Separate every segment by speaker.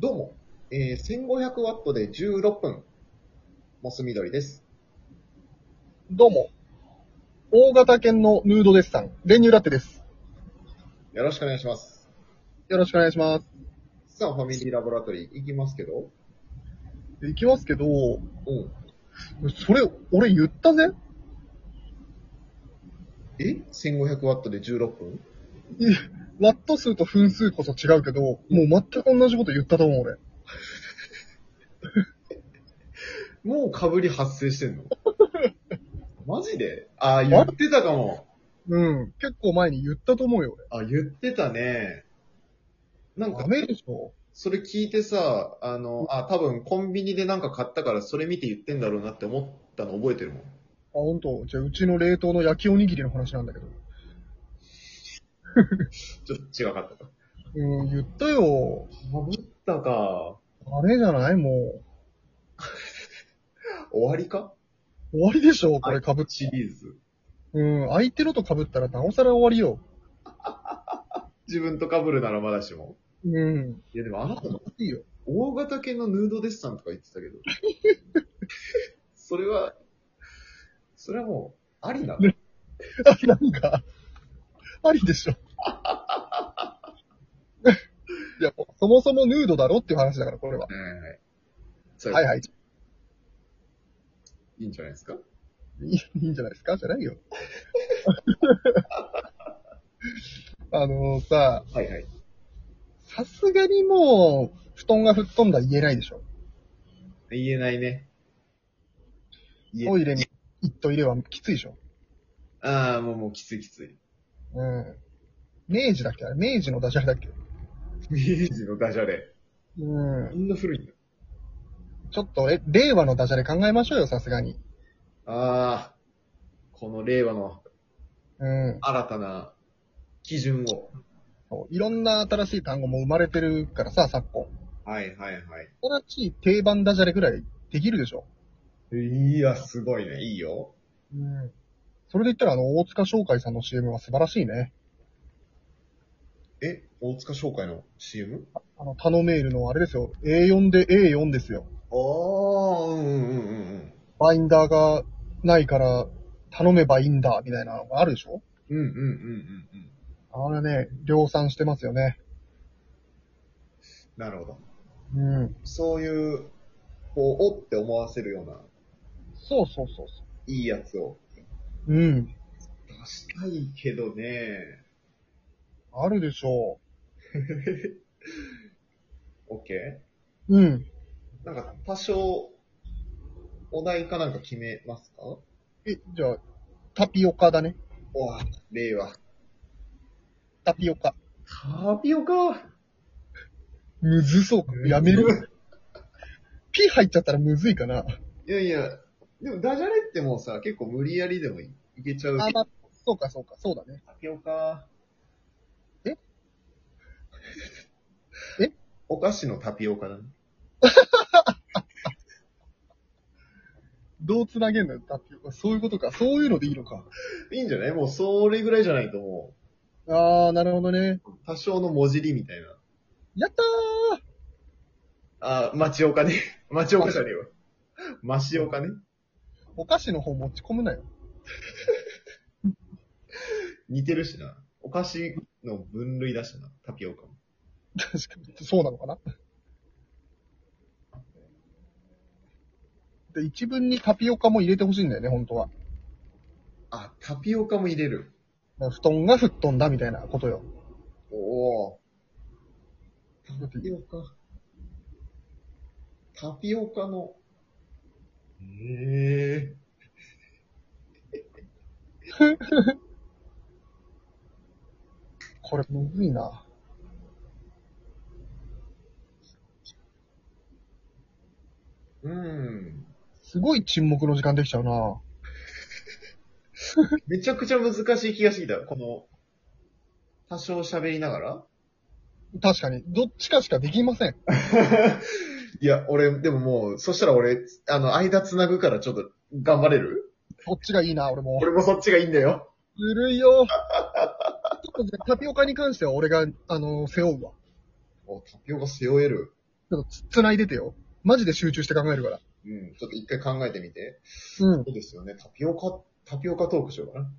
Speaker 1: どうも、えー、1500ワットで16分、モス緑です。
Speaker 2: どうも。大型犬のヌードデッサン、練乳ラテです。
Speaker 1: よろしくお願いします。
Speaker 2: よろしくお願いします。
Speaker 1: さあ、ファミリーラボラトリー行きますけど、
Speaker 2: いきますけど、
Speaker 1: うん。
Speaker 2: それ、俺言ったぜ
Speaker 1: え ?1500 ワットで16分
Speaker 2: いワット数と分数こそ違うけど、もう全く同じこと言ったと思う、俺。
Speaker 1: もう被り発生して んのマジであー、言ってたかも。
Speaker 2: うん。結構前に言ったと思うよ、
Speaker 1: あ、言ってたね。なん
Speaker 2: 俺。
Speaker 1: か
Speaker 2: ダ、メでしょ
Speaker 1: それ聞いてさ、あの、あ、多分コンビニでなんか買ったからそれ見て言ってんだろうなって思ったの覚えてるもん。
Speaker 2: あ、ほんと。じゃあ、うちの冷凍の焼きおにぎりの話なんだけど。
Speaker 1: ちょっと違かったか。
Speaker 2: うん、言ったよ。
Speaker 1: 被ったか。
Speaker 2: ダメじゃないも
Speaker 1: 終わりか
Speaker 2: う。終わりでしょこれ被っ
Speaker 1: シ
Speaker 2: ち。
Speaker 1: リーズ。
Speaker 2: うん、相手のと被ったらなおさら終わりよ。
Speaker 1: 自分と被るならまだしも。
Speaker 2: うん。
Speaker 1: いやでもあなたの
Speaker 2: いいよ。
Speaker 1: 大型犬のヌードデッサンとか言ってたけど。それは、それはもう、ありなの。
Speaker 2: あ、 なんか、ありでしょ。 いや、そもそもヌードだろっていう話だから、これは。
Speaker 1: はいはい。それ
Speaker 2: はいはい。
Speaker 1: いいんじゃないですか
Speaker 2: いいいいんじゃないですかじゃないよ。 あのさ、
Speaker 1: はいはい。
Speaker 2: さすがにもう、布団が吹っ飛んだら言えないでしょ。
Speaker 1: 言えないね。言
Speaker 2: ト
Speaker 1: え
Speaker 2: イレに行っといればきついでしょ。
Speaker 1: ああ、もうもうきついきつい。
Speaker 2: うん。明治だっけあれ明治のダジャレだっけ
Speaker 1: 明治のダジャレ。
Speaker 2: う
Speaker 1: こ
Speaker 2: ん。
Speaker 1: んな古いんだ。
Speaker 2: ちょっと、え、令和のダジャレ考えましょうよ、さすがに。
Speaker 1: ああ、この令和の
Speaker 2: うん。
Speaker 1: 新たな基準を。
Speaker 2: そういろんな新しい単語も生まれてるからさ、昨今。
Speaker 1: はいはいはい。
Speaker 2: 新しい定番ダジャレぐらいできるでしょ。
Speaker 1: いや、すごいね。いいよ。
Speaker 2: うん。それで言ったら、あの、大塚商会さんの CM は素晴らしいね。
Speaker 1: え、大塚商会の CM? あ
Speaker 2: あの、タノメールのあれですよ。A4 で A4 ですよ。
Speaker 1: あ、うんうんうんうん。
Speaker 2: バインダーがないから、頼めばいいんだ、みたいなのがあるでしょ
Speaker 1: うんうんうんうんうん。
Speaker 2: あれね、量産してますよね。
Speaker 1: なるほど。
Speaker 2: うん。
Speaker 1: そういう、こう、おって思わせるような、
Speaker 2: そうそうそうそ
Speaker 1: いいやつを
Speaker 2: う。うん。
Speaker 1: 出したいけどね。
Speaker 2: あるでしょ
Speaker 1: OK?
Speaker 2: う。うん。
Speaker 1: なんか、多少、お題かなんか決めますか
Speaker 2: え、じゃあ、タピオカだね。
Speaker 1: おわ、令和。
Speaker 2: タピオカ。
Speaker 1: タピオカ
Speaker 2: むずそう。やめる。ピ入っちゃったらむずいかな。
Speaker 1: いやいや、でもダジャレってもうさ、結構無理やりでもいいけちゃう。
Speaker 2: あ、まあ、そうかそうか、そうだね。
Speaker 1: タピオカ。
Speaker 2: え
Speaker 1: え
Speaker 2: え
Speaker 1: お菓子のタピオカだね。
Speaker 2: どう繋げんのよ、タピオカ。そういうことか。そういうのでいいのか。
Speaker 1: いいんじゃないもうそれぐらいじゃないとも
Speaker 2: あー、なるほどね。
Speaker 1: う、多少の文字りみたいな。
Speaker 2: やった
Speaker 1: あ、
Speaker 2: ー
Speaker 1: 町岡ね。 町岡じゃねえわ。町岡ね。
Speaker 2: お菓子の方持ち込むなよ。
Speaker 1: 似てるしな。お菓子の分類だしな。タピオカも。
Speaker 2: 確かに。そうなのかなで、一文にタピオカも入れてほしいんだよね、本当は。
Speaker 1: あ、タピオカも入れる。
Speaker 2: だから布団が吹っ飛んだみたいなことよ。
Speaker 1: おお
Speaker 2: だっ
Speaker 1: ー。
Speaker 2: て
Speaker 1: タピオカ。タピオカの。ええ
Speaker 2: これむずいな。
Speaker 1: うん。
Speaker 2: すごい沈黙の時間できちゃうな。
Speaker 1: めちゃくちゃ難しい気がしてきた。この、多少喋りながら。
Speaker 2: 確かに、どっちかしかできません。
Speaker 1: いや、俺、でももう、そしたら俺、あの、間繋ぐからちょっと、頑張れる
Speaker 2: こっちがいいな、俺も。
Speaker 1: 俺もそっちがいいんだよ。
Speaker 2: ずるいよ。ちょっとじゃあタピオカに関しては俺が、あの、背負うわ。
Speaker 1: お、タピオカ背負える。
Speaker 2: なんかつ、繋いでてよ。マジで集中して考えるから。
Speaker 1: うん。ちょっと一回考えてみて。
Speaker 2: うん。
Speaker 1: そうですよね。タピオカ、タピオカトークしようかな。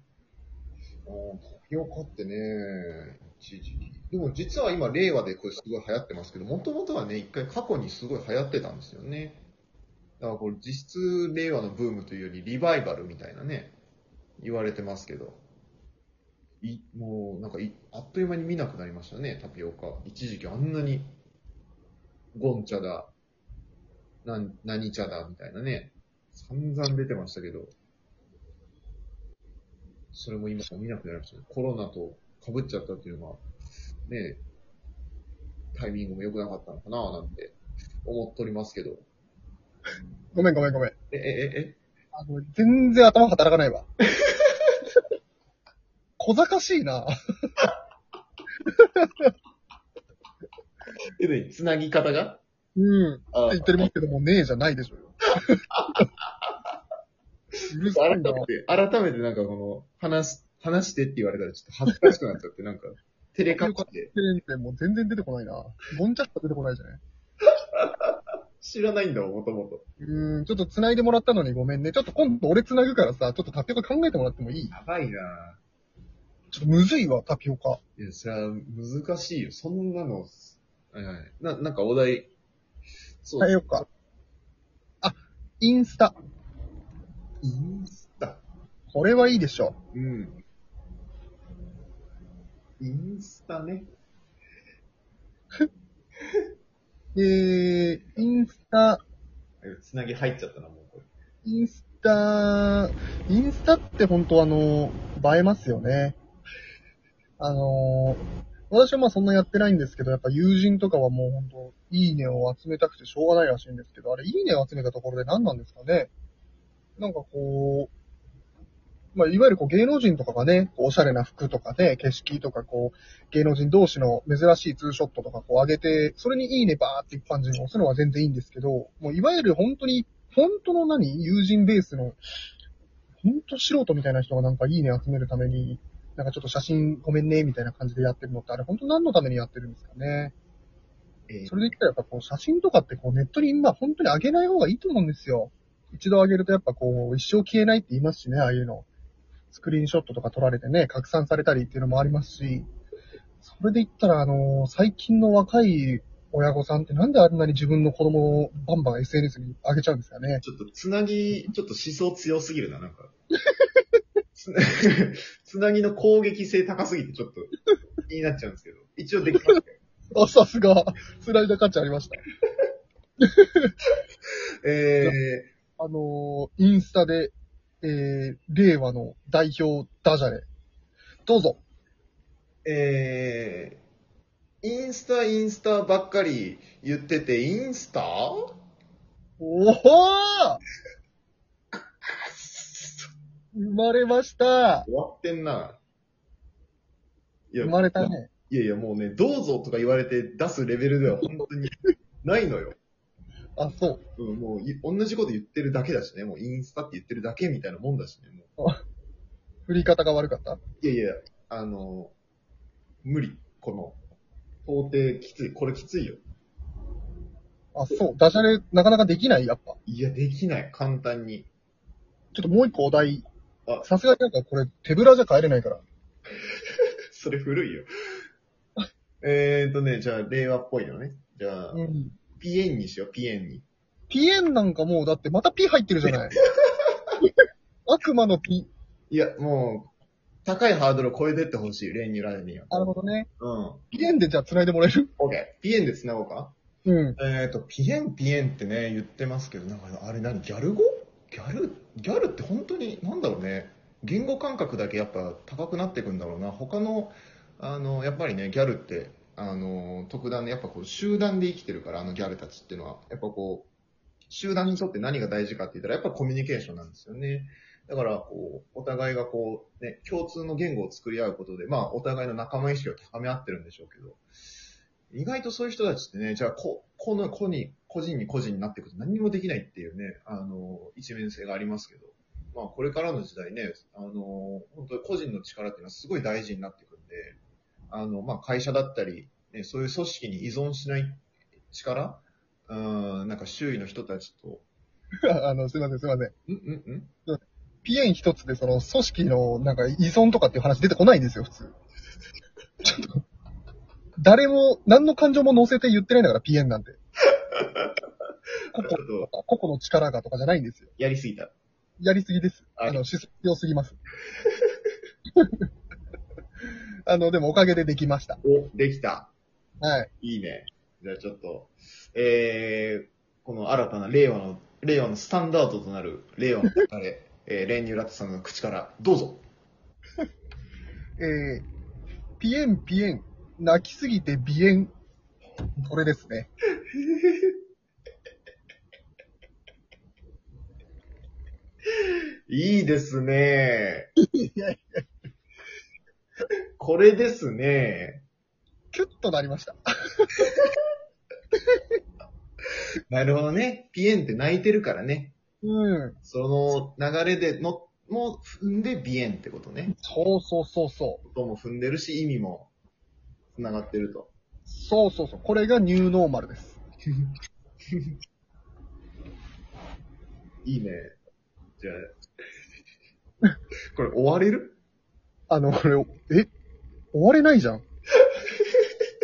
Speaker 1: あータピオカってね、一時期。でも実は今、令和でこれすごい流行ってますけど、もともとはね、一回過去にすごい流行ってたんですよね。だからこれ実質令和のブームというよりリバイバルみたいなね、言われてますけど。い、もうなんかい、あっという間に見なくなりましたね、タピオカ。一時期あんなに、ゴン茶だ、なん、何茶だ、みたいなね。散々出てましたけど、それも今見なくなりましたね。コロナと被っちゃったっていうのは、ねえ、タイミングも良くなかったのかななんて思っておりますけど。
Speaker 2: ごめんごめんごめん。
Speaker 1: え、え、え、
Speaker 2: あの、全然頭働かない わ。小賢しいな。
Speaker 1: え、え、で、つなぎ方が
Speaker 2: うん。
Speaker 1: あ
Speaker 2: って言ってますけども、ねえじゃないでしょうよ。うるさい
Speaker 1: 改
Speaker 2: な。
Speaker 1: めて、改めてなんかこの、話す、話してって言われたらちょっと恥ずかしくなっちゃって、なんか、照れ隠して、
Speaker 2: テレンってもう全然出てこないな。ゴンチャッパ出てこないじゃない
Speaker 1: 知らないんだもん、もともと。
Speaker 2: うーん、ちょっと繋いでもらったのにごめんね。ちょっと今度俺繋ぐからさ、ちょっとタピオカ考えてもらってもいい
Speaker 1: やばいなぁ。
Speaker 2: ちょっとむずいわ、タピオカ。
Speaker 1: いや、それは難しいよ。そんなの、はいはい。な、なんかお題、そう、
Speaker 2: 変えようか。あ、インスタ。
Speaker 1: インスタ。
Speaker 2: これはいいでしょ
Speaker 1: うん。インスタね。
Speaker 2: う。えー、インスタ、
Speaker 1: つなぎ入っちゃったな、もうこ
Speaker 2: インスタ、インスタって本当あの、映えますよね。あの、私はまあそんなやってないんですけど、やっぱ友人とかはもう本当いいねを集めたくてしょうがないらしいんですけど、あれ、いいねを集めたところで何なんですかねなんかこう、まあ、いわゆるこう芸能人とかがね、こうおしゃれな服とかね、景色とかこう、芸能人同士の珍しいツーショットとかこう上げて、それにいいねバーって一般人に押すのは全然いいんですけど、もういわゆる本当に本当の何友人ベースの、本当素人みたいな人がなんかいいね集めるために、なんかちょっと写真ごめんね、みたいな感じでやってるのって、あれ本当何のためにやってるんですかね。
Speaker 1: れ。えー
Speaker 2: それで言ったらやっぱこう写真とかってこうネットに今本当に上げない方がいいと思うんですよ。一度上げるとやっぱこう一生消えないって言いますしね、ああいうの。スクリーンショットとか撮られてね、拡散されたりっていうのもありますし、それで言ったらあの最近の若い親御さんってなんであんなに自分の子供をバンバン SNS に上げちゃうんですかね。
Speaker 1: ちょっとつなぎ、ちょっと思想強すぎるな、なん か。つなつなぎの攻撃性高すぎてちょっと気になっちゃうんですけど。一応できましたよ。
Speaker 2: あ、さすが、スライダー価値ありました。
Speaker 1: え
Speaker 2: あのー、インスタで、えー、令和の代表ダジャレ。どうぞ。
Speaker 1: ー、えー、インスタ、インスタばっかり言ってて、インスタ
Speaker 2: おほー生まれました。
Speaker 1: 終わってんな。い
Speaker 2: 生まれたね。
Speaker 1: いやいや、もうね、どうぞとか言われて出すレベルでは本当 にないのよ。
Speaker 2: あ、そう。
Speaker 1: うん、もうい、同じこと言ってるだけだしね、もうインスタって言ってるだけみたいなもんだしね、も
Speaker 2: 振り方が悪かった。
Speaker 1: う。いやいや、あの、無理。この、到底きつい。これきついよ。
Speaker 2: あ、そう。ダジャレ、なかなかできない、やっぱ。
Speaker 1: いや、できない。簡単に。
Speaker 2: ちょっともう一個お題
Speaker 1: あ。
Speaker 2: さすがになんかこれ、手ぶらじゃ帰れないから。
Speaker 1: それ古い よ。えーとね、じゃあ、令和っぽいのね。じゃあ、
Speaker 2: うん。
Speaker 1: ピエンにしよう、ピエンに。
Speaker 2: ピエンなんかもう、だってまた P 入ってるじゃない。悪魔の P。
Speaker 1: いや、もう、高いハードルを超えてってほしい、練乳ラーメンや。
Speaker 2: なるほどね。
Speaker 1: うん。
Speaker 2: ピエンでじゃあ繋いでもらえる
Speaker 1: OK。ピエンで繋ごうか。
Speaker 2: うん。
Speaker 1: えっ、と、ピエンピエンってね、言ってますけど、なんか、あれ何ギャル語ギャル、ギャルって本当に、なんだろうね。言語感覚だけやっぱ高くなっていくんだろうな。他の、あの、やっぱりね、ギャルって、あの、特段ね、やっぱこう、集団で生きてるから、あのギャルたちっていうのは。やっぱこう、集団にとって何が大事かって言ったら、やっぱコミュニケーションなんですよね。だから、こう、お互いがこう、ね、共通の言語を作り合うことで、まあ、お互いの仲間意識を高め合ってるんでしょうけど、意外とそういう人たちってね、じゃあ、こ、この子に、個人に個人になっていくと何にもできないっていうね、あの、一面性がありますけど、まあ、これからの時代ね、あの、本当に個人の力っていうのはすごい大事になってくるんで、あの、まあ、会社だったり、ね、そういう組織に依存しない力うん、なんか周囲の人たちと、
Speaker 2: あの、すいません、すいません。
Speaker 1: んんん
Speaker 2: ピエン一つで、その、組織の、なんか、依存とかっていう話出てこないんですよ、普通。ちょっと、誰も、何の感情も乗せて言ってないんだから、ピエンなんて。個
Speaker 1: ちょっと、
Speaker 2: 々個々の力がとかじゃないんですよ。
Speaker 1: やりすぎた。
Speaker 2: やりすぎです。
Speaker 1: はい
Speaker 2: あの、必要すぎます。 あの、でもおかげでできました。
Speaker 1: お、できた。
Speaker 2: はい。
Speaker 1: いいね。じゃあちょっと、えー、この新たな令和の、令和のスタンダードとなる、令和の流れ、 えー、練乳ラットさんの口から、どうぞ。
Speaker 2: えー、ピエンピエン、泣きすぎて鼻炎。これですね。
Speaker 1: いいですね
Speaker 2: やい。
Speaker 1: これですね。
Speaker 2: キュッとなりました。
Speaker 1: なるほどね。ピエンって泣いてるからね。
Speaker 2: うん。
Speaker 1: その流れでの、も踏んで鼻炎ってことね。
Speaker 2: そうそうそうそう。
Speaker 1: 音も踏んでるし、意味も繋がってると。
Speaker 2: そうそうそう。これがニューノーマルです。
Speaker 1: いいね。じゃあ、これ終われる
Speaker 2: あの、これ、え終われないじゃん。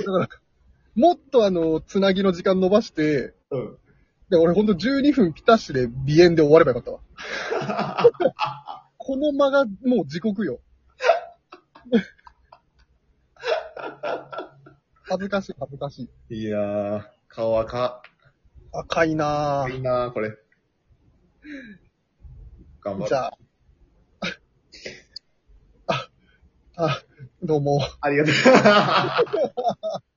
Speaker 2: だから、もっとあの、つなぎの時間伸ばして、
Speaker 1: うん。
Speaker 2: で、俺ほんと12分ピタッシュで鼻炎で終わればよかったわ。 この間がもう地獄よ。恥ずかしい、恥ずかしい。
Speaker 1: いやー、顔赤。
Speaker 2: 赤いなぁ。
Speaker 1: いいなー、これ。頑張
Speaker 2: じ
Speaker 1: る。
Speaker 2: ゃあ。あ、あ、どうも。
Speaker 1: ありがとう。